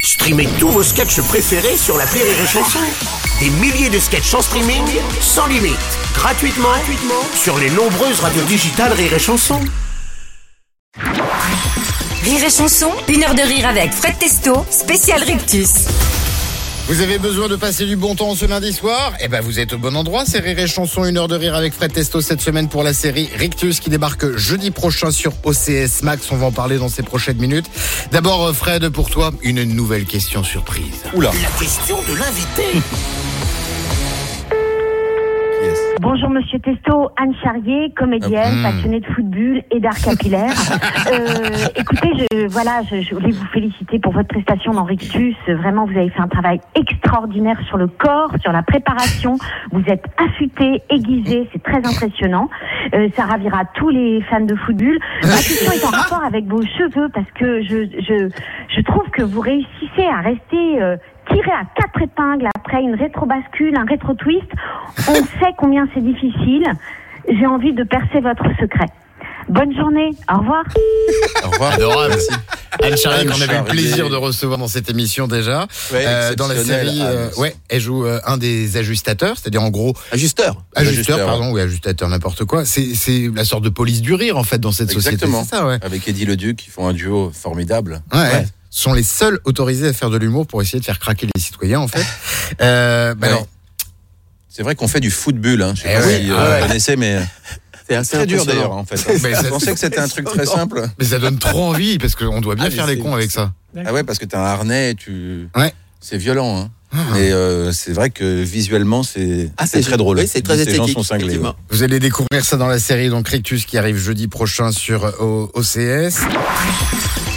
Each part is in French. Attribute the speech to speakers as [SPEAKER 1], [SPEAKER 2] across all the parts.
[SPEAKER 1] Streamez tous vos sketchs préférés sur la Rire et Chanson. Des milliers de sketchs en streaming, sans limite, gratuitement, gratuitement sur les nombreuses radios digitales Rire et Chanson.
[SPEAKER 2] Rire et chanson, une heure de rire avec Fred Testo, spécial Rictus.
[SPEAKER 3] Vous avez besoin de passer du bon temps ce lundi soir Eh ben vous êtes au bon endroit, c'est Rire et Chanson, une heure de rire avec Fred Testo cette semaine pour la série Rictus qui débarque jeudi prochain sur OCS Max, on va en parler dans ces prochaines minutes. D'abord euh, Fred, pour toi, une nouvelle question surprise. Oula
[SPEAKER 1] La question de l'invité.
[SPEAKER 4] Bonjour Monsieur Testo, Anne Charrier, comédienne, passionnée de football et d'art capillaire. Euh, écoutez, je, voilà, je, je voulais vous féliciter pour votre prestation dans Rictus. Euh, Vraiment, vous avez fait un travail extraordinaire sur le corps, sur la préparation. Vous êtes affûté, aiguisé, c'est très impressionnant. Euh, ça ravira tous les fans de football. Ma question est en rapport avec vos cheveux parce que je, je, je trouve que vous réussissez à rester euh, tiré à quatre épingles après une rétro-bascule, un rétro-twist. On sait combien c'est difficile. J'ai envie de percer votre secret. Bonne journée, au revoir.
[SPEAKER 3] Au revoir. Adorable. Anne Charrier, qu'on avait
[SPEAKER 5] Charrier.
[SPEAKER 3] le plaisir de recevoir dans cette émission déjà.
[SPEAKER 5] Ouais,
[SPEAKER 3] dans la
[SPEAKER 5] exceptionnelle,
[SPEAKER 3] série, euh,
[SPEAKER 5] Anne.
[SPEAKER 3] ouais, elle joue euh, un des ajustateurs, c'est-à-dire en gros
[SPEAKER 5] Ajusteur.
[SPEAKER 3] ajusteur, pardon, oui ajustateur, n'importe quoi. C'est c'est la sorte de police du rire en fait dans cette
[SPEAKER 5] Exactement.
[SPEAKER 3] société. C'est ça, ouais.
[SPEAKER 5] Avec Eddie Leduc, ils font un duo formidable.
[SPEAKER 3] Ouais, sont les seuls autorisés à faire de l'humour pour essayer de faire craquer les citoyens, en fait. Euh, bah
[SPEAKER 5] Ouais.
[SPEAKER 3] alors,
[SPEAKER 5] C'est vrai qu'on fait du football. Hein. Je sais
[SPEAKER 3] Eh
[SPEAKER 5] pas
[SPEAKER 3] oui.
[SPEAKER 5] si euh,
[SPEAKER 3] Ah ouais.
[SPEAKER 5] vous connaissez, mais c'est assez très dur
[SPEAKER 6] impressionnant.
[SPEAKER 5] d'ailleurs en fait. Je
[SPEAKER 3] ça-
[SPEAKER 5] pensais que c'était un truc très simple.
[SPEAKER 3] mais ça donne trop envie parce qu'on doit bien
[SPEAKER 5] Ah, mais
[SPEAKER 3] faire les
[SPEAKER 5] c'est-
[SPEAKER 3] cons avec ça.
[SPEAKER 5] Ah ouais, parce que t'as un harnais, tu.
[SPEAKER 3] Ouais. Ah.
[SPEAKER 5] C'est violent. Hein. Et euh, c'est vrai que visuellement, c'est
[SPEAKER 6] Ah,
[SPEAKER 5] c'est très drôle.
[SPEAKER 6] Oui, c'est très
[SPEAKER 5] Ces
[SPEAKER 6] esthétique.
[SPEAKER 5] gens sont cinglés.
[SPEAKER 6] effectivement.
[SPEAKER 5] ouais.
[SPEAKER 3] Vous allez découvrir ça dans la série donc Rictus qui arrive jeudi prochain sur euh, O- OCS.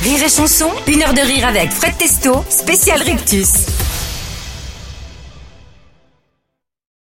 [SPEAKER 2] Rire et chanson, une heure de rire avec Fred Testo, spécial Rictus.